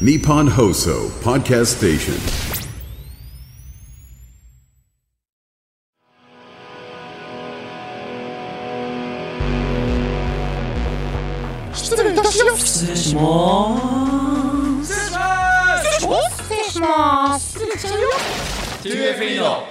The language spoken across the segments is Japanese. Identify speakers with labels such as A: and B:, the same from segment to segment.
A: Nippon Hoso Podcast Station.
B: 失礼いたします失礼します失礼します失礼します失礼しちゃうよ
C: TFE の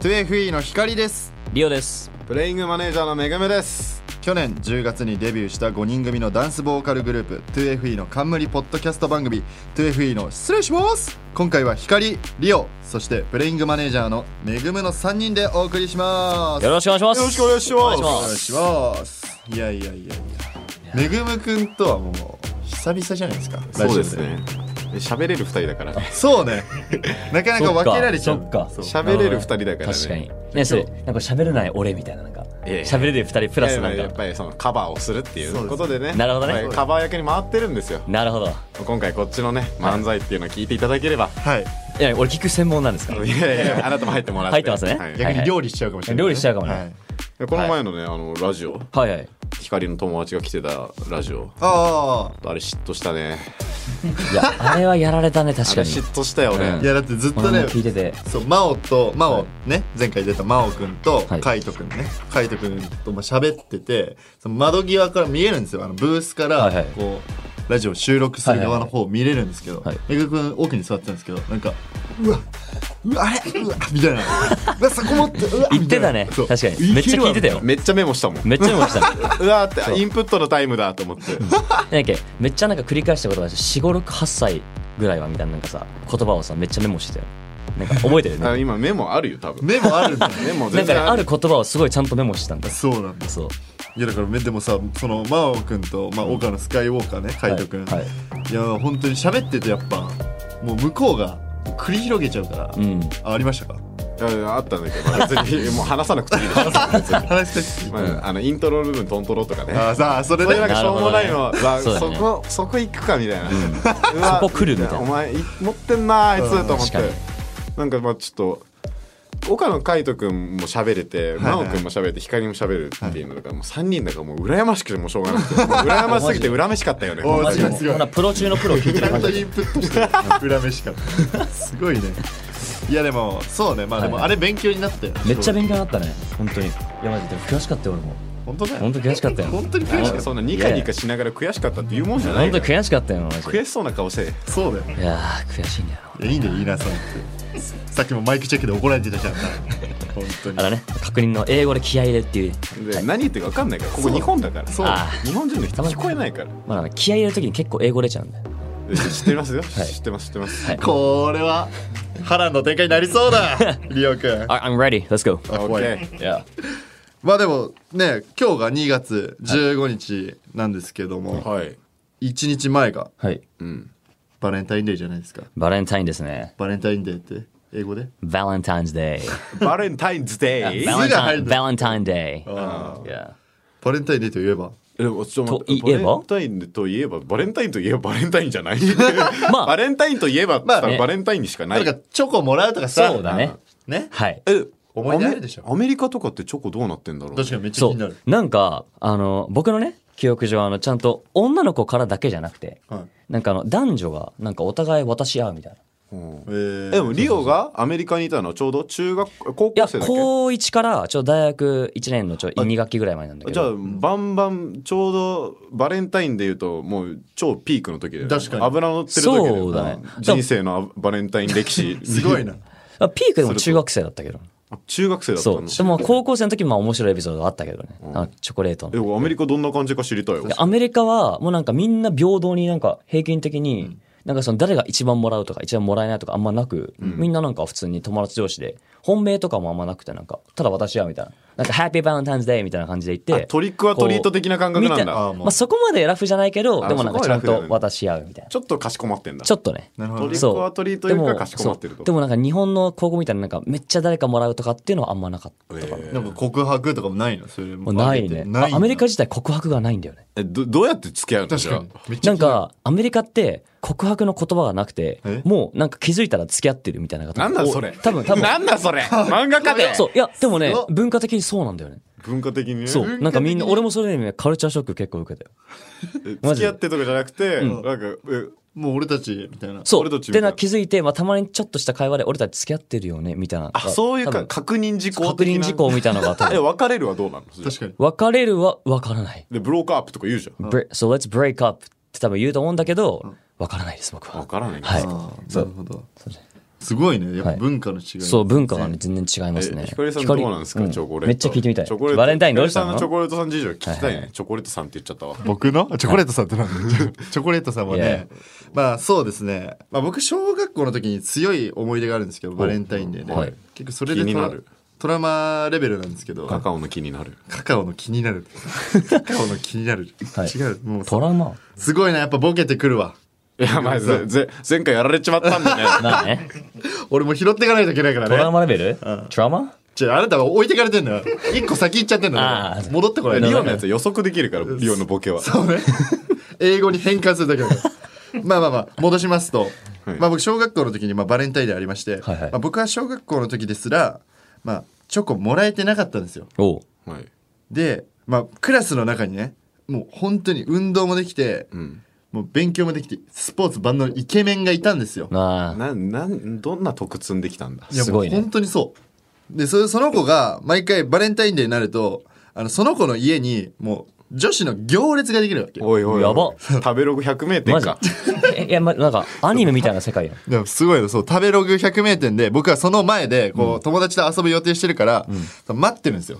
D: 2FE の光です
E: リオです。
C: プレイングマネージャーのめぐむです
D: 去年10月にデビューした5人組のダンスボーカルグループ 2FE の冠ポッドキャスト番組 2FE の失礼します今回は光リオそしてプレイングマネージャーのめぐむの3人でお送りします
E: よろしくお願いします。
C: よろしくお願いします
D: お願いしますいやいやいやいやめぐむくんとはもう久々じゃないですか
C: そうですね喋れる二人だからね
D: そうねなかなか分けられちゃう
E: そっかそっか
C: 喋れる二人だからね
E: 確かに。ね、それ、なんか喋れない俺みたいな、なんか。
C: いやいや
E: 喋れる二人プラスなん
C: やっ
E: か。
C: ぱりそのカバーをするっていうことでね
E: なるほどね
C: やっぱりカバー役に回ってるんですよ
E: なるほど。
C: 今回こっちのね漫才っていうのを聞いていただければ、
D: はい
E: いや、俺聞く専門なんですから。
C: い、やいやあなたも入ってもらって
E: 入ってますね
C: はい
D: 逆に料理しちゃうかもしれない、
E: 料理しちゃうかもね
D: はい
C: でこの前のね、あのラジオ
E: はいはい。
C: 光の友達が来てたラジオ
D: あ
C: あれ嫉妬したね
E: いや、あれはやられ たね、確
C: あ
E: か
C: れ
E: に
C: 嫉。妬したよね、
D: あいやだってずっと
E: 俺も
D: ね
E: 聞いてて。
D: そう、真央と、真央ね、前回出た真央くんと、
E: はい
D: 海斗くんね、海斗くんとも喋ってて、その窓際から見えるんですよ。あの、ブースか
E: はいは
D: ら
E: い、
D: こう、ラジオ収録する側の方見れるんですけど
E: はい、
D: めぐくん奥に座ってたんですけど、なんか、うわ、うわ、あれ、うわ、みたいな。うわ、そこ持って、うわ、
E: 言ってた
D: み
E: ね。
D: いなそう
E: 確かに。めっちゃ聞いてたよ。
C: めっちゃメモしたもん
E: めっちゃメモしたね。
C: うわーってあインプットのタイムだと思って
E: なんだっけ、めっちゃなんか繰り返したことが4、5、6、8歳ぐらいはみたいな、なんかさ、言葉をさ、めっちゃメモしてたよ。なんか覚えてるよ
C: あ
E: ね。
C: 今メモあるよ多分
D: 目もあるんだね。
C: メモ
E: なん
C: 全
E: かね
C: 然
E: ある言葉をすごいちゃんとメモしてたんだ。
D: そうなんです。
E: そう。
D: いや、だから、めでもさ、その、真央くんと、まあ、岡野スカイウォーカーね、海斗くん。
E: はいはい
D: いや、本当に喋ってて、やっぱ、もう向こうが繰り広げちゃうから
E: う、ん。
D: あ、ありましたか
C: うんあったんだけど別にもう話さなく ていいでしょ
D: 話したい。
C: まあ、あのイントロ部分トントロとかね
D: あーさあそれ
C: そうい
D: で
C: うなんかしょうもないのは、わ
E: そうだ
C: そ
E: ね
C: こそこ行くかみたいな、う
E: そこ来るみたいな
C: お前持ってんなあいつと思っ
E: 確
C: て
E: かに
C: なんかまあちょっと岡野海斗君も喋れて
D: い
C: 真央君も喋れて光も喋るっていうのだからもう3人だからもう羨ましくてもうしょう がなくてもう羨ましすぎて恨めしかったよね
D: お
E: マ
D: ー
E: ジ
D: すごいすご
E: でもう
D: い
E: ほなプロ中のプロ聞いて
D: ち
E: る
D: ゃ
E: 感
D: んと
E: じ。
D: インプットしてる 裏飯からすごいねいやでもそうねまあでも
E: はい
D: あれ勉強になったよ
E: めっち
D: 強
E: ゃ勉強になったね。本当に。いや、マジででも悔しかったよ、俺も。
D: 本当だよ
E: 本当悔しかったよ。
D: 本当に
C: な
D: 悔
C: ん
D: しか
C: か
D: っ
C: そんなニカニカしながら悔しかったって言うもんじゃない
E: 本
C: よ
E: 当悔しかったよ、マジで
C: 悔しそうな顔して
D: たそうだよ
E: いやー、悔しいんだよ。
D: いやいいねいいなさんってさっきもマイクチェックで怒られてたじゃん本当に
E: あらね、確認の英語で気合い入れっていう。
C: で何言ってるか分かんないからここ日本だから
D: そう
E: あ
C: 日本人の人聞こえないから
E: まあ、気合い入れるときに結構英語出ちゃうんだよ。
C: で知ってますよ、知ってます知ってます、
E: はい
D: これは波乱の展開になりそう だリオくん
E: I- I'm ready, let's go.
C: オッケー
E: いや、
D: まあでもね今日が2月15日なんですけども
C: はい
D: 1日前が
E: はい。
D: バレンタインデーじゃないですか
E: バレンタインですね。
D: バレンタインデーって英語で
E: バレンタインズデイ。
C: バレンタインズデイ
E: バレ
D: が
E: ンタ
D: 入
E: イ
D: る
E: ン、バレンタインデイ。
D: あー
E: いや、
D: バレンタインデーといえば
C: えでもちょっと
E: といえば
C: バレンタインといえばバレンタインといえばバレンタインじゃない
E: まあ
C: バレンタインといえばって言っ
D: ま
C: た
D: あ
C: ら
D: ね
C: バレンタインにしかな
D: なん
C: い、
D: かチョコもらうとかさ
E: そうだね
D: ね
E: はい。
C: え
D: 思い出あるでしょ
C: アメアメリカとかってチョコどうなってんだろう
D: 確かにめっちゃ気
E: そ
D: にな
E: う
D: る。
E: なんか、あの、僕のね、記憶上、あの、ちゃんと女の子からだけじゃなくて、
D: はい
E: なんかあの、男女が、なんかお互い渡し合うみたいな。
D: え
C: え
D: ー
C: でもリオがアメリカにいたのはちょうど中学高
E: いや、
C: 校生だっけ
E: 高1から、ちょ、大学1年のちょ、2学期ぐらい前なんだけ
C: じゃ
E: ど。
C: あバンバンちょうどバレンタインでいうともう超ピークの時だよね
D: 確かに
C: 油乗ってる時だよね
E: そうだね
C: 人生のバレンタイン 歴史
D: すごいな
E: あピークでも中学生だったけど。
C: 中学生だった
E: そ
C: の
E: う。でも高校生の時もまあ面白いエピソードがあったけどね。あのチョコレートの。
C: えアメリカどんな感じか知りたいよ
E: でアメリカはもうなんかみんな平等になんか平均的に、なんかその誰が一番もらうとか一番もらえないとかあんまなく、みんななんか普通に友達同士で、本命とかもあんまなくてなんか、ただ私はみたいな。なんかハッピーバレンタインズデーみたいな感じで言っ
C: あ
E: て。
C: トリックオアトリート的な感覚なん
E: こ
C: だ
E: う見て
C: あ
D: ーもう
E: まあそこまでラフじゃないけど、
C: あ
E: でもなんかちゃん
C: そこはラフだ
E: と
C: よね
E: 渡し合うみたいな。
C: ちょっとかしこまってんだ
E: ちょっとね。
D: なるほ
C: ト
D: ど
C: リ
D: ね
C: ックオアトリートよりかかしこまってる
E: そうで
C: と
E: もなんか日本の高校みたいななんかめっちゃ誰かもらうとかっていうのはあんまなかったから。
D: なんか告白とかもないのそれ
E: も
D: も
E: うないね。
D: な
E: あアメリカ
D: 人
E: 自体告白がないんだよね。
C: えどどうやって付き合うの
D: 確かに
C: じゃ
D: めっちゃ
E: なん
D: 気にる
E: か、アメリカって告白の言葉がなくて
D: え、
E: もうなんか気づいたら付き合ってるみたいな方。
C: あなんだそれ
E: 多分、多分。
C: なんだそれ漫画家で
E: そう、いや、でもね
D: すごっ、
E: 文化的にそうなんだよね。
C: 文化的にね
E: そう。なんかみんな、俺もそれでね、カルチャーショック結構受けたよ。
C: え
E: マジ
C: 付き
E: で
C: 合ってとかじゃなくて、なんかえ
D: もう俺たちみたいな
E: そう。
C: 俺たち
E: っ
C: みた
E: て
C: いな
E: な気づいて、まあ、たまにちょっとした会話で、俺たち付き合ってるよね、みたいな。
C: あそういう
E: 多
C: か
E: 分
C: 確認事項
E: 確
C: 的
E: 認
C: な
E: 事項みたいなのが 多
C: え
E: 分。
C: 別れるはどうなの
D: 確かに
E: 別れるは分からない。
C: でブロークアップとか言うじゃん
E: Bre- so let's break up って多分言うと思うんだけど、分からないです、僕は。
C: 分からないんだ
E: はい。
D: あー
E: そ
D: な
E: う
D: るほど
E: そうね
D: すごいねやっぱ
E: はい
D: 文化の違い
E: そう、文化がね、全然違いますね。
C: えひかりさんどうなんですか、
E: うん
C: チョコレート
E: めっちゃ聞いてみたい。
C: チョコレート
E: バレンタインどうした
C: ひかりさんのチョ
E: の
C: コレートさん事情聞きたいね、
E: はいは
C: チョコレートさんって言っちゃったわ
D: 僕の チョコレートさんってなんだチョコレートさんはね、まあそうですね、まあ、僕小学校の時に強い思い出があるんですけどバレンタインデーで、
E: はい
D: 結構それで
C: 気に
D: ト
C: な
D: ラ
C: る
D: トラマレベルなんですけど
C: カカオの気にな る
D: カカオの気に なるカカオの気になる、
E: はい
D: 違うもう
E: トラウマ
D: すごいなやっぱボケてくるわ
C: いやまあぜぜ前回やられちまったん でね
E: なあね。
D: 俺も拾っていかないといけないから
E: トラウ
D: ね
E: マレベルトラウマ
D: じゃああなたは置いてかれてんのよ一個先行っちゃってんの
E: あ
D: よ
E: ー
D: 戻ってこ ない
C: リオ
D: の
C: のやつは予測できるからリオのボケは
D: そうね。英語に変換するだけだから。まあまあまあ、戻しますと。まあ僕、小学校の時にまあバレンタインでありまして、
E: はいはい
D: まあ、僕は小学校の時ですら、まあ、チョコもらえてなかったんですよ。
E: おう。
C: はい
D: で、まあ、クラスの中にね、もう本当に運動もできて、
C: ん
D: もう勉強もできて、スポーツ万能のイケメンがいたんですよ。
E: なあ。
C: ななんどんな得積んでき たんだ
D: いや
E: すごいね
D: もう本当にそう。で、そその子が毎回バレンタインデーになると、あの、その子の家にもう女子の行列ができるわけ。
C: おいおいおい
E: や ば
C: 食べログ100名
E: マ
C: 店
E: ジ
C: か
E: えいや、ま、なんか、アニメみたいな世 界やん。
D: でもすごいの、そう、食べログ100名店で、僕はその前で、こう、友達と遊ぶ予定してるから、その待ってるんですよ。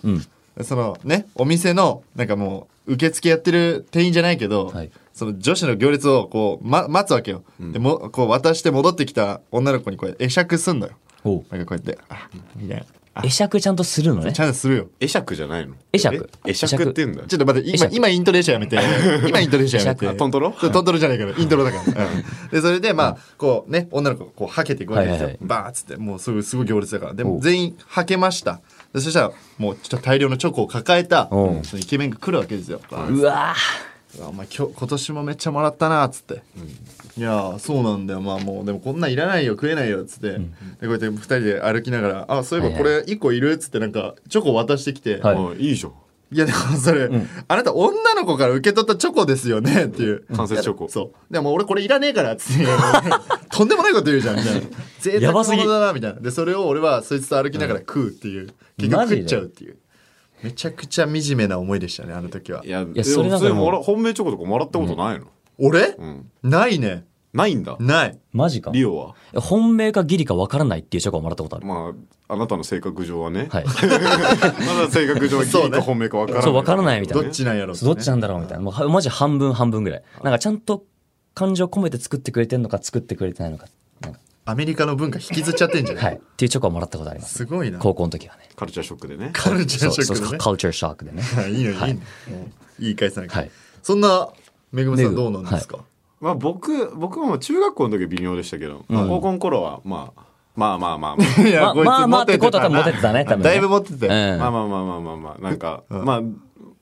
D: そのね、お店の、なんかもう、受付やってる店員じゃないけど、
E: はい
D: その女子の行列を、こう、ま、待つわけよ。でも、こう、渡して戻ってきた女の子に、こう、会釈すんのよ。
E: おう。
D: なんかこうやって、あ、みたいな。あ
E: 会釈ちゃんとするのね
D: ち。ゃんとするよ。
C: 会釈じゃないの
E: 会釈
C: え会釈って言うんだ
D: ちょっと待って、今、今イントネーションやめて。今イントネーションやめて。
C: あトントロ
D: そうトントロじゃないから、イントロだから。うんで、それで、まあ、こうね、女の子がこう、はけていくわけですよ。
E: はいはい
D: バーッつって、もうすごい、すごい行列だから。でも、全員はけました。でそしたら、もう、ちょっと大量のチョコを抱えた、
E: おう
D: そのイケメンが来るわけですよ。バーッ
E: うわ
D: うわお前今日今年もめっちゃもらったなっつって、いやーそうなんだよまあもうでもこんなんいらないよ食えないよっつって、でこうやって2人で歩きながら「あそういえばこれ1個いる?」っつってなんかチョコ渡してきて、
E: はい
C: おいいいじゃん
D: いやでもそれ、あなた女の子から受け取ったチョコですよねっていう。
C: 間接チョコ
D: そう。でも俺これいらねえからっつって。 とんでもないこと言うじゃんみたいな。贅
E: や
D: 沢
E: ばすぎ
D: 者だなみたいな。で、それを俺はそいつと歩きながら食うっていう。結
E: マ
D: 局食
E: ジで
D: っちゃうっていう。めちゃくちゃ惨めな思いでしたね、あの時は。
C: いやい
E: や
C: や
E: そ
C: そ
E: れ
C: れ
E: な
C: なん
E: かもう
C: 本命チョコとかもらったことないの、
D: 俺、
C: ん
D: ないね。
C: ないんだ
D: ない。
E: マジか。
C: リオは
E: 本命かギリか分からないっていうチョコをもらったことある。
C: まああなたの性格上はね、
E: はい。
C: まだ性格上ギリか本命か分からない
E: そう、分からないみたいな。
D: どっちなんやろうってね
E: どっちなんだろうみたいな。もうはマジ半分半分ぐらい。なんかちゃんと感情込めて作ってくれてんのか作ってくれてないのか。なんか
D: アメリカの文化引きずっちゃってんじゃない、
E: はい。っていうチョコをもらったことあります。
D: すごいな。
E: 高校の時はね。
C: カルチャーショックでね
D: カルチャー
E: そう
D: ショ
E: そう
D: ック
E: そう
D: ね。
E: カルチャーショックでね。
D: はいいいのいいの。うんいい解散、
E: はい
D: そんな、めぐみさん
E: めぐ
D: どうなんですか、
C: まあ僕僕も中学校の時は微妙でしたけど、高校の頃はまあまあまあま あま
D: いや
E: まあ
D: こいつ
E: まあまあってことは多分
D: な
E: モテてたね多分ね
D: だいぶモテてたよ
C: あまあまあまあまあまあまあなんか、まあ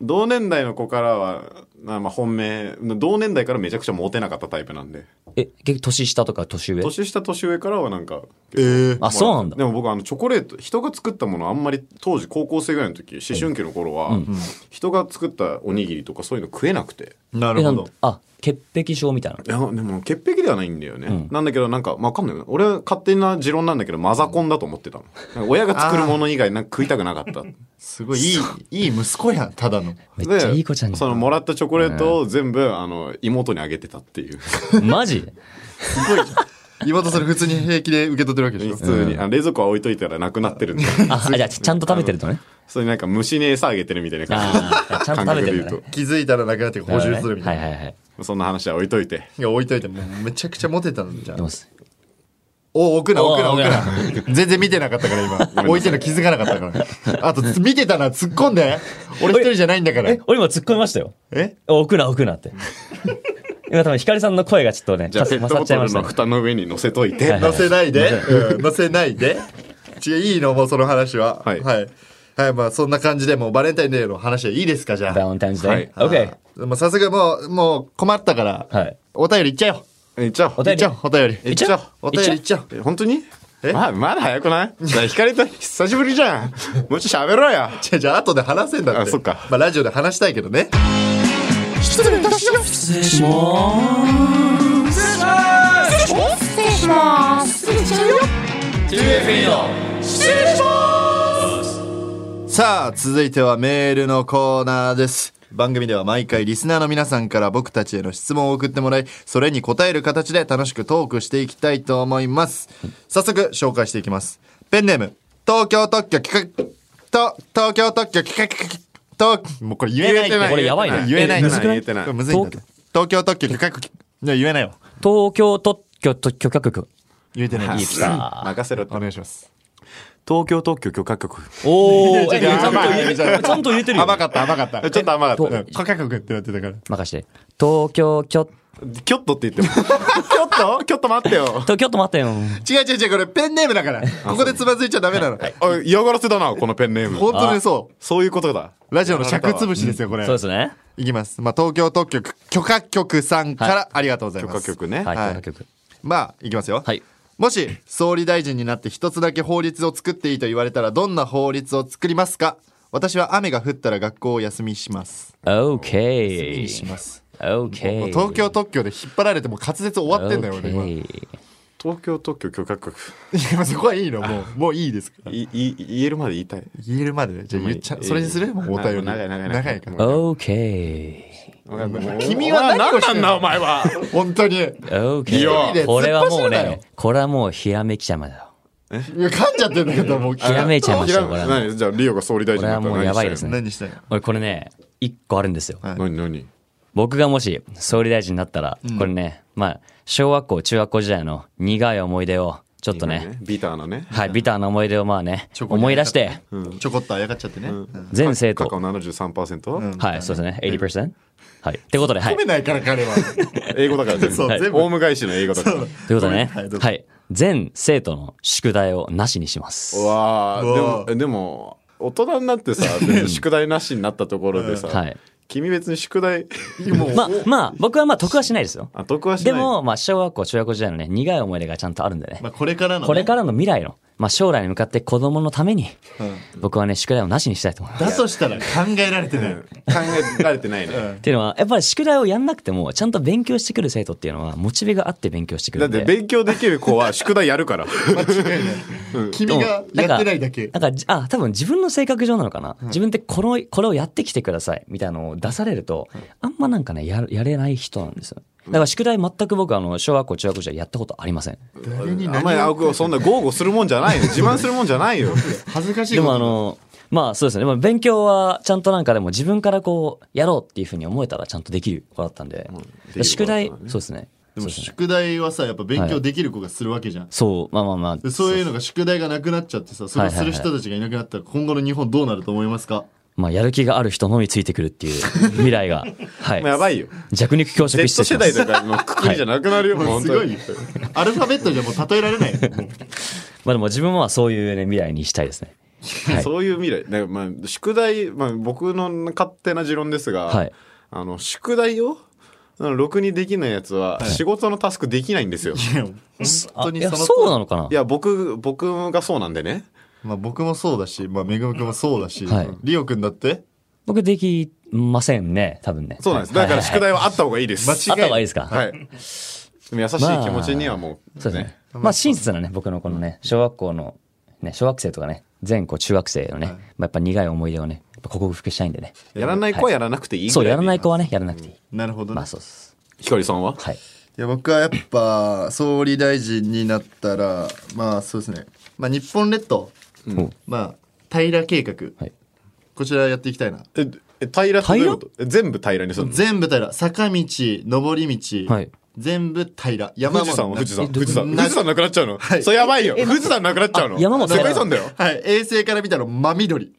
C: 同年代の子からはまあまあ本命同年代からめちゃくちゃモテなかったタイプなんで
E: え、結局年下とか年上
C: 年下年上からはなんか
D: えー
E: あ、そうなんだ
C: で。も僕あのチョコレート人が作ったものあんまり当時高校生ぐらいの時思春期の頃は、人が作ったおにぎりとかそういうの食えなくて
D: な
E: え
D: る
E: な
D: ほ
E: ん
D: ど。
E: あ、潔癖症みた いな。
C: いやでも潔癖ではないんだよね、なんだけどなんか、まあ、わかんない俺は勝手な持論なんだけどマザコンだと思ってたのなんか親が作るもの以外なんか食いたくなか った
D: すごいいい、いい息子やん、ただの。
E: めっちゃいい子ちゃん
C: で
E: じ
C: そ
E: ゃ
C: の
E: ん。
C: もらったチョコレートを全部、あの妹にあげてたっていう
E: マジ
D: すごいじゃん。岩田それ普通に平気で受け取ってるわけで
C: 普
D: しょ
C: 通に、あの冷蔵庫は置いといたらなくなってるんで
E: あ、あじゃあちゃんと食べてるとね。
C: それなんか虫に餌あげてるみたいな感
E: あーちゃんと食べてるん
C: 感
E: だ
C: 覚で
E: ね
C: 言。
D: 気づいたらなくなって補充するみた
E: はいい
D: な。
E: はいはい。
C: じそんな話は置いといて
D: いや、置いといて、もうめちゃくちゃモテたんじゃ
E: で
D: ん
E: も。す
D: お、置くな、
E: お
D: 置くな、置
E: 置
D: く
E: くな
D: な。全然見てなかったから、今。置いてるの気づかなかったから。あと、つ見てたな、突っ込んで。俺一人じゃないんだから。
E: え、俺今突っ込みましたよ。
D: え
E: 置くな置く なって。今多分光さんの声がちょっとね、
C: じゃあペット
E: 勝
C: ボ
E: っちゃ
C: ト
E: いま
C: ル
E: した
C: の
E: ね。
C: 蓋の上に乗せといて、
D: 乗せないで。うん乗せないで。違う、いいの、もうその話は。は。
C: はいい
D: はい。まあ、そんな感じで、もうバレンタインデーの話はいいですか、じゃあ。
E: バレンタインズデー。
D: はい
E: OK。
D: もう早速もう、もう困ったから、
E: はい
D: お便りいっちゃおう。
C: えじゃあ
E: お便り
D: いっちゃおう、お便り。
E: いっちゃおう
D: お便りいっちゃおう。
C: え本当に
D: え
C: まあ、まだ早くないだ光と久しぶりじゃん。もうちょい喋ろうよ。
D: じゃあ、じゃあ後で話せんだって。
C: あそっか
D: まあ、ラジオで話したいけどね。
B: 失礼いたします
E: 失礼しま
B: 失礼します失礼します
D: さあ、続いてはメールのコーナーです。番組では毎回リスナーの皆さんから僕たちへの質問を送ってもらい、それに答える形で楽しくトークしていきたいと思います。早速紹介していきます。ペンネーム、東京特許企画、と、東京特許企画、と、もうこれ言えない。
C: 言えてない
E: これやばいな
D: 言えない。
C: 言えてない言えてない
D: これむずいんだって東京特許企画、いや言えないわ。
E: 東京特許許可局。
D: 言えてないです。
C: 任せろって
D: お。願いします。
C: 東京特許許可局。
E: おー、え
D: いや
E: ちゃんと言え
D: ちょっと
E: ちゃんと言えてるよ。
D: 甘かった、甘かった。
C: ちょっと甘かっ
D: うんカカカカってなってたから。
E: 任して。東京きょ、
C: た。キョットって言っても。キョットキョット待っ てよ。
E: 東京都待ってよ。
D: 違う違う違う、これペンネームだから。ここでつまずいちゃダメなの。
C: おい、嫌がらせだな、このペンネーム。
D: 本当にそ
C: そういうことだ。
D: う。ラジオの尺潰しですよ、これ。
E: そうですね。
D: いきます。まあ、東京特許許可局さんからありがとうござい
C: 許
D: ま
C: 可
D: す。
C: 局ね。
E: はい、
D: はい
E: 許可局。
D: まあ、いきますよ。
E: はい
D: もし、総理大臣になって一つだけ法律を作っていいと言われたら、どんな法律を作りますか私は雨が降ったら学校を休みします。
E: OK。
D: します。もう
E: OK。
D: 東京特許で引っ張られてもう滑舌終わってんだよ、俺今。い
E: OK。
C: 東京特許許可局。
D: や、そこはいいの、もう。もういいですから。
C: い、い、言えるまで言いたい。
D: 言えるまでね。じゃあ言っちゃ
C: まあ
D: う。
C: いい
D: それにするもうお便り。
C: 長い長い
D: 長いから。
E: OK。
D: 君は何をしてんだお前は本当にいや
C: いや
E: OK。これはもう
D: 突っ走るなよ
E: ね、これはもうひらめきちゃまだよ。
D: 噛んじゃってんだけどもう
E: ひらめいちゃいましたよ、これはもう。
C: 何じゃあ、リオが総理大臣になっ
E: こ
C: たら
E: れはもうやばいですね
D: 何したいの
E: 俺これね、一個あるんですよ。
D: はい
C: 何何
E: 僕がもし総理大臣になったら、これね、まあ、小学校、中学校時代の苦い思い出を、ちょっとね、
C: ビターなね。
E: はい、ビターな思い出をまあね、
D: チョコに
E: 思い出して、
D: ちょこっとあやかっちゃってね
E: 全生
C: カ
E: 徒
C: カ、オ 73%?
E: はい、そうですね、80%。はい。ってことで、はい。
D: 褒めないから 彼は
C: 英語だから全
D: そう全
C: 部。
D: 部
C: オウム返しの英語だから。
E: ということでね、
D: はいどうぞ
E: はい。全生徒の宿題をなしにします。
C: わあ
D: うわ
C: でもでも大人になってさ宿題なしになったところでさ、
E: はい
C: 君別に宿題
E: まあ、まあ、僕はまあ、得はしないですよ。
C: あ得はしな
E: で
C: い
E: も、まあ、小学校、中学校時代のね、苦い思い出がちゃんとあるんでね
D: ま。あこれからのね
E: これからの未来の、まあ、将来に向かって子供のために、
D: う
E: 僕はね、宿題をなしにしたいと思います。
D: だとしたら考えられてない
C: 考えられてないね、
E: っていうのは、やっぱり宿題をやんなくても、ちゃんと勉強してくる生徒っていうのは、モチベがあって勉強してく
C: だ
E: る
C: っ
E: ん
C: て
E: で。
C: 勉強できる子は宿題やるから
D: 君がやってないだけ
E: なんか、じあ、多分自分の性格上なのかな。自分ってこの、これをやってきてください、みたいなのを出されると、あんまなんかね、ややれない人なんですよ。だから宿題全く僕、あの、小学校、中学校じゃやったことありません。
D: 誰に
C: あんまり
D: 何
C: 青
D: を
C: くそんな豪語するもんじゃないよ自慢するもんじゃないよ
D: 恥ずかしい
E: で
D: こ
E: もあ
D: と
E: の、まあそうですね。まあ勉強はちゃんとなんかでも自分からこう、やろうっていうふうに思えたらちゃんとできる子だったんで。
C: きる子だったね
E: 宿題、そうですね。
D: で
E: そう
D: も
E: ですね。
D: 宿題はさやっぱ勉強できる子がするわけじゃん
E: そう、まあまあまあ。
D: でそういうのが宿題がなくなっちゃってさそれをする人たちがいなくなったら今後の日本どうなると思いますか
E: まあやる気がある人のみついてくるっていう未来が。はい。
C: もうやばいよ
E: 弱肉強食
C: Z
E: して
C: 世
E: ま
C: 代
E: す。
C: とかのくくりじゃなくなるよ、もう
D: すごいよアルファベットじゃもう例えられ ないよもう
E: まあでも自分はそういうね、未来にしたいですね。はい
C: そういう未来だからまあ宿題、まあ、僕の勝手な持論ですが、
E: はい
C: あの宿題をあのろくにできないやつは仕事のタスクできないんですよ、
E: あ
D: 本当に
E: いや
D: その通り
E: そうなのかない
C: や僕僕がそうなんでね
D: まあ僕もそうだし、まあめぐみくんもそうだし、
E: はい
D: リオくんだって
E: 僕できませんね、多分ね。
C: そうなんです。だから宿題はあった方がいいです。
E: あった方がいいですか
C: はい。でも優しい気持ちにはもう、
E: そうですね。まあ親切なね、僕のこのね、小学校の、ね、小学生とかね、全校中学生のね、まあやっぱ苦い思い出をね、やっぱ克服したいんでね。
C: やらない子はやらなくていい。
E: そう、やらないい子はね、やらなくていい。
D: なるほどね、
E: まあそうっす。
C: ひかりさんは
E: はい。
D: いや僕はやっぱ総理大臣になったらまあそうですね、まあ、日本列島、
E: ん
D: まあ平計画、
E: はい
D: こちらやっていきたいな
C: え、え平らってどういうことえ全部平らにするの
D: 全部平ら坂道上り道、
E: はい
D: 全部平ら山
C: 富
D: も
C: 士山は富士山。
E: えどういうこ
C: 富士
E: と
C: 山。富士山なくなっちゃうのそれやばいよ。富士山なくなっちゃうの
E: あ山も
C: 世
E: 平ら
C: 界遺産だよ。
D: はい衛星から見たら真緑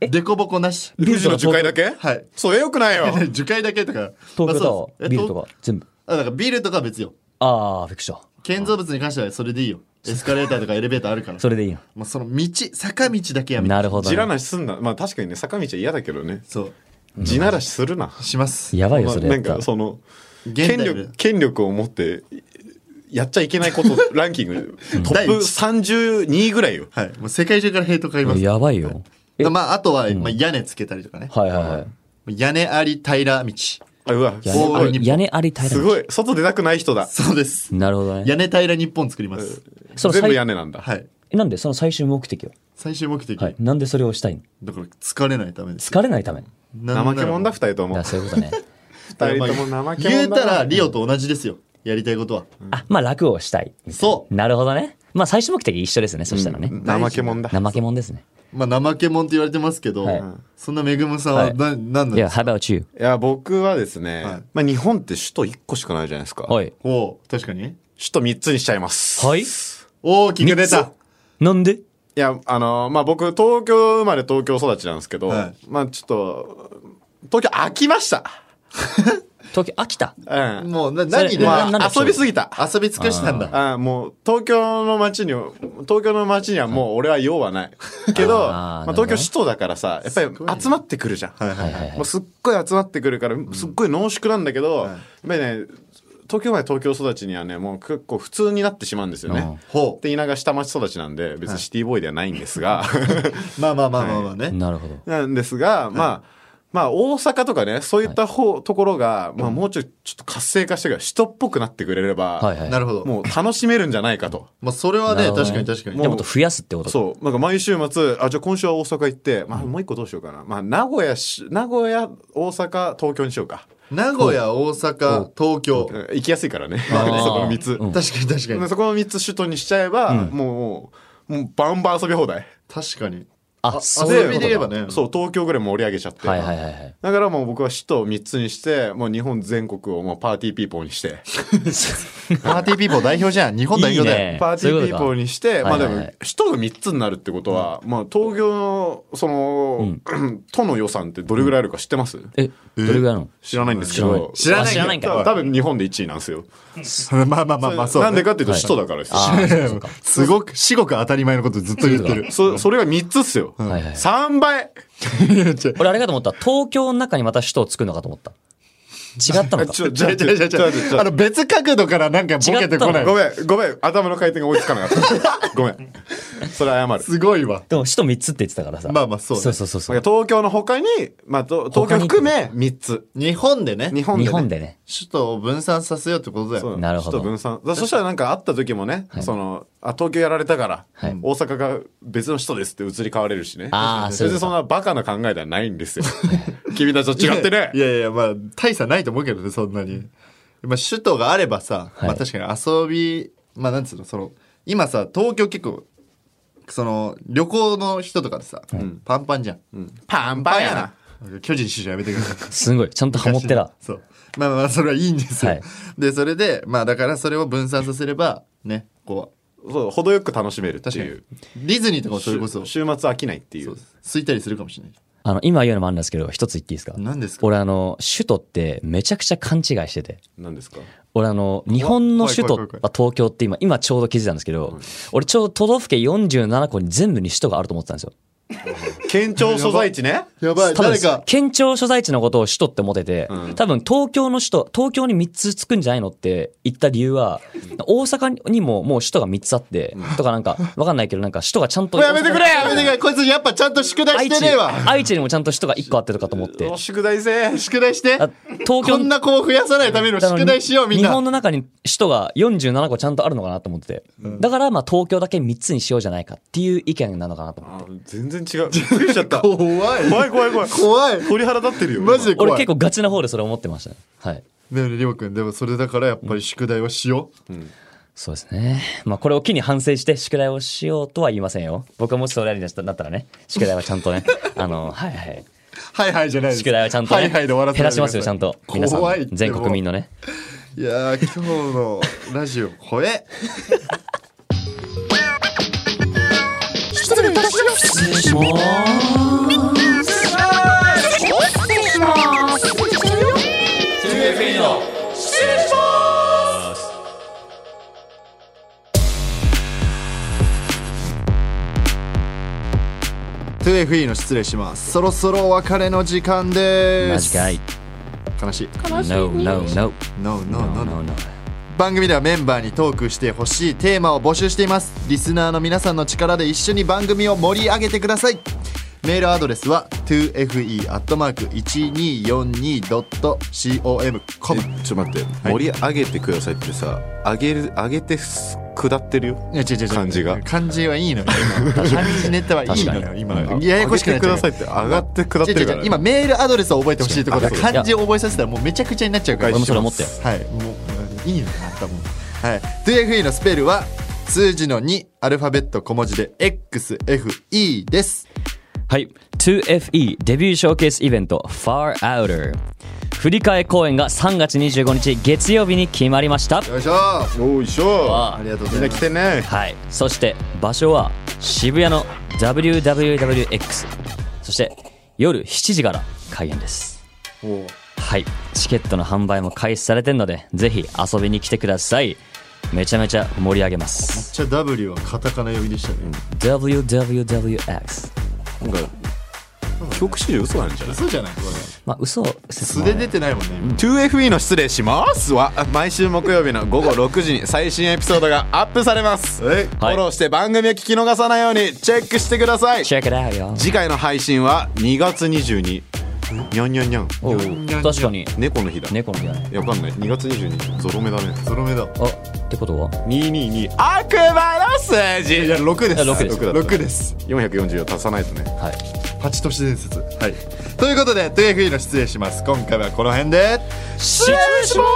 D: 凸凹なし
E: ビ
C: 富
E: ル
C: 士
E: とか
C: の樹海だけ
D: はい
C: それよくな いよ。
D: 樹海だけとか
E: 東京タ
D: そ
E: ワ
D: うですえ
E: ー、ビルと
D: 東
E: か、全部。
D: あだからビルとかは別よ
E: ああ、びっくりした。
D: 建造物に関してはそれでいいよエスカレーターとかエレベーターあるから
E: それでいいの。
D: もうその道坂道だけやめて
E: なるほど
C: 地
E: ね、
C: らなしすんな。まあ確かにね、坂道は嫌だけどね。
D: そう
C: 地ならしするな。
D: します
E: やばいよ、
C: まあ
E: それ
C: な
E: やっ
C: ん
E: たら
C: か。その、
D: 現代
C: 権
D: で
C: 力、権力を持って、やっちゃいけない ことランキング、トップ32位ぐらいよ。
D: はい。もう世界中からヘイト買います。
E: やばいよ。え
D: まあ、あとは、まあ、屋根つけたりとかね。
E: はいはいはい。
D: 屋根あり平道。
C: あうわ、
E: 屋根あ
D: おー
E: り屋根あり平ら
C: すごい。外出たくない人だ。
D: そうです。
E: なるほどね。
D: 屋根平日本作ります。
E: その
C: 全部
E: 最
C: 屋根なんだ。
D: はい。
E: えなんでその最終目的は、
D: 最終目的。
E: はい、なんでそれをしたいの
D: だから疲れないためです。
E: 疲れないため。
D: な
C: 怠
D: んな
C: け
D: ら
C: 者だ、二人と
E: だか
C: も
E: ら。そういうことね。
C: 二人とも怠け者だ。
D: 言うたら、リオと同じですよ。やりたいことは。
E: あ、まあ楽をしたい。
D: そ
E: なるほどね。まあ最終目的一緒ですね、そしたらね。
C: 怠け者だ。
E: 怠け者ですね。
D: う。まあ、怠け者って言われてますけど
E: はい、
D: そんなめぐむさん
E: は
D: はいな、なんなん
E: いや、
D: です
E: how about you?
C: いや、僕はですね、
D: はい
C: まあ日本って首都1個しかないじゃないですか。
E: は
C: 首
E: い。
D: かおう確かに。
C: 都3つにしちゃいます。
E: はい
D: 大きく出
C: 三
D: た
C: つ。
E: なんで
C: いや、あのまあ、僕、東京生まれ東京育ちなんですけど、
D: はい
C: まあ、ちょっと、東京飽きました。
E: 東京、秋田。
C: うん。
D: もう、な、
E: それ
D: 何で
E: な
C: ま
E: な
C: あ
E: ん、だ
C: 遊びすぎた。
D: 遊び尽くしたんだ。
C: あもう、東京の街に、東京の街にはもう俺は用はない。 けど、
E: あー
C: ま
E: なる
C: あ、
E: ほど
C: 東京首都だからさ、やっぱり集まってくるじゃん。
E: はいはいはい
C: もうすっごい集まってくるから、すっごい濃縮なんだけど、やっぱりね、東京まで東京育ちにはね、もう結構普通になってしまうんですよね。
D: ほ
C: で、田舎下町育ちなんで、別にシティボーイではないんです が、
D: う。まあまあまあまあまあね。
E: なるほど。
C: なんですが、まあ、まあ大阪とかね、そういった方、ところが、まあもうちょいちょっと活性化してくれ首都っぽくなってくれれば、
E: はいはい。
D: なるほど。
C: もう楽しめるんじゃないかと。
D: まあ、それはね、
E: なるほど
D: 確かに確か
E: じゃあ
D: に。
E: もっと増やすってことう。
C: そう。なんか毎週末、あ、じゃあ今週は大阪行って、まあもう一個どうしようかな。まあ名古屋し、名古屋、大阪、東京にしようか。
D: 名古屋、大阪、東京。
C: うん行きやすいからね。 そこ
E: あー
C: の3つ。
E: うん
D: 確かに確か
C: で
D: に。
C: そこの3つ首都にしちゃえば、もう、もうバンバン遊び放題。
D: 確かに。
E: あ、そう
D: 遊
E: いう
D: びで
E: こと
D: 言え
E: だ
D: ばね。
C: そう、東京ぐらい盛り上げちゃって。
E: はいはいはい はい。
C: だからもう僕は首都を3つにして、もう日本全国をもうパーティーピーポー にして、
D: パーティーピーポー代表じゃん。日本代表だ
E: いいね
D: よ。
C: パーティーピーポーにして、
E: そういうことかはい
C: まあ
E: はい
C: で
E: は
C: も、首都が3つになるってことは、まあ東京の、その、 都の予算ってどれぐらいあるか知ってます
E: え、どれぐらいなの
C: 知らないんですけ
E: 知ら
C: ど
E: な、
D: 知らない
E: あ知らないんか
C: 多分日本で1位なんですよ。
D: まあまあまあまあ、そう。
C: なんでかっていうと首都だからですよ。
E: あーそうか。
D: すごく、至極当たり前のことずっと言ってる。
C: そそれが3つっすよ。
E: はいはい
C: 3倍
E: 俺あれかと思った。東京の中にまた首都を作るのかと思った。違ったの
C: あ
E: か。
C: ちょ、ちょ、ち
D: 違う
C: ょ、
D: 違う違う
C: ちょ、ちょ
D: あの、別角度からなんかボケてこな
E: 違った
D: い
E: の
C: ご。めん、ごめん。頭の回転が追いつかなかった。ごめん。それ謝る。
D: すごいわ。
E: でも首都3つって言ってたからさ。
D: まあまあそうね
E: そうそうそうそう。
C: 東京の他に、まあ、と東京含め3つ。
D: 日本でね、
C: 日本で、
E: 日
C: ね。
E: 本でね。
D: 首都を分散させようってことだ
C: そ
D: よ。
C: う
E: なるほど
C: ちょっと分散。だそしたらなんか会った時もね、その、あ、東京やられたから、
E: はい
C: 大阪が別の人ですって移り変われるしね。
E: あーそういう
C: 別
E: こと
C: にそんなバカな考えではないんですよ。君たちと違ってね
D: い。やいやいや、まあ、大差ないと思うけどね、そんなに。まあ、首都があればさ、
E: はい
D: まあ確かに遊び、まあなんつうの、その、今さ、東京結構、その、旅行の人とかでさ、パンパンじゃん。
C: パンパンやな。
D: 巨人師匠やめてください。
E: すごい。ちゃんと ハモってら。
D: そう。まあまあまあ、それはいいんですよ。
E: はい
D: で、それで、まあだからそれを分散させれば、ね、こ
C: そう、程よく楽しめるっ
D: う、
C: て
D: 確か
C: い
D: に
C: う。。
D: ディズニーとかもそれこそ、
C: 週週末飽きないっていう。
D: 空いたりするかもしれない。
E: あの、今言うのもあるんですけど、一つ言っていいですか
D: 何ですか
E: 俺あの、首都ってめちゃくちゃ勘違いしてて。
C: 何ですか
E: 俺あの、日本の首都
D: 怖い怖い怖い
E: は東京って今、今ちょうど気づいたんですけど、俺ちょうど都道府県47個に全部に首都があると思ってたんですよ。
C: 県庁所在地ね。
D: やばい、
E: 多分
D: 誰か、
E: 県庁所在地のことを首都って思ってて、多分東京の首都、東京に3つつくんじゃないのって言った理由は、大阪にももう首都が3つあって、とかなんか、わかんないけどなんか首都がちゃんと。
D: やめてくれやめてくれこいつやっぱちゃんと宿題
E: 愛
D: して
E: 知
D: ねえわ、
E: 愛知にもちゃんと首都が1個あってとかと思って。
C: お宿題せ。
D: 宿題して
E: あ東
D: こ
E: 京
D: んな子を増やさないための宿題しようみん
E: 日本
D: な
E: の中に首都が47個ちゃんとあるのかなと思ってて。だからまあ東京だけ3つにしようじゃないかっていう意見なのかなと思って。
C: あ全然違う。びっくりしちゃった。怖
D: 怖い
C: い怖い怖い。
D: 怖い
C: 鳥肌立ってるよ。
D: マジで
E: 俺
D: 怖
E: 結
D: い
E: 構ガチな方でそれ思ってましたね。はい。
D: でもねりょうくんでもそれだからやっぱり宿題はしよう、
E: そうですね。まあこれを機に反省して宿題をしようとは言いませんよ。僕はもしそれやりになったらね、宿題はちゃ んとね、あの、はいはい。
D: はいはいじゃないです
E: 宿題はちゃんとね、
D: はいはいで終わらせ
E: 減らしますよ、ちゃんと。皆さ
D: 怖いっ
E: ん、
D: て
E: 全国民のね。
D: いやー今日のラジオ怖え
B: 失礼いたします。失礼します。失礼します。失礼します。
D: 2FE の失礼しますそろそろお別れの時間で
E: マ
D: す
E: ジかい。
D: 悲しい
E: No,
D: No
E: no, no,
D: no no,
E: no, no, no.
D: 番組ではメンバーにトークしてほしいテーマを募集していますリスナーの皆さんの力で一緒に番組を盛り上げてくださいメールアドレスは 2fe.1242.com
C: えちょっと待って、盛り上げてくださいってさ上げる上げてす下ってるよ
D: いや違う違う違う
C: 感じが
D: 漢字はいいのよ今漢字ネタはいいのよ今ややこしくなっちゃう
C: 上げてくださいって上がって下
D: 違
C: って
D: う違
C: るか
D: う違
C: ら
D: う今メールアドレスを覚えてほしいところだ
E: そう
D: 漢字を覚えさせたらもうめちゃくちゃになっちゃうから
E: 俺もそれ思ったよ
D: はいもういいのよあんたもはい 2FE のスペルは数字の2アルファベット小文字で XFE です
E: はい。2FE デビューショーケースイベント Far Outer。振り替え公演が3月25日月曜日に決まりました。
D: よいしょあ
C: おいしょ
D: りがとうご
C: み
D: ざいま
C: んな来
D: す
C: てね
E: はい。そして場所は渋谷の WWWX。そして夜7時から開演です。はい。チケットの販売も開始されてるので、ぜひ遊びに来てください。めちゃめちゃ盛り上げます。
D: じゃあ W はカタカナ呼びでしたね
E: WWWX。
C: なんか記憶史上嘘なんじゃない
D: そうじゃないこれ
E: まあ、嘘を説
D: 素で出てないもんね今
C: 2FE の失礼しますは毎週木曜日の午後6時に最新エピソードがアップされます、フォローして番組を聞き逃さないようにチェックしてください
E: Check it out, yo.
C: 次回の配信は2月22にゃんにゃんにゃん
E: おう確かに、
C: 猫の日だ
E: 猫の日だね。
C: いやわかんない2月22ゾロ目だね
D: ゾロ目だ
E: あ、ってことは
C: 222悪魔の数字
D: じゃあ6です
E: いや6です
D: 6です
C: 440を足さないとね
E: はい。
D: 八都市伝説はいということで 2FE の失礼します今回はこの辺で
E: 失礼します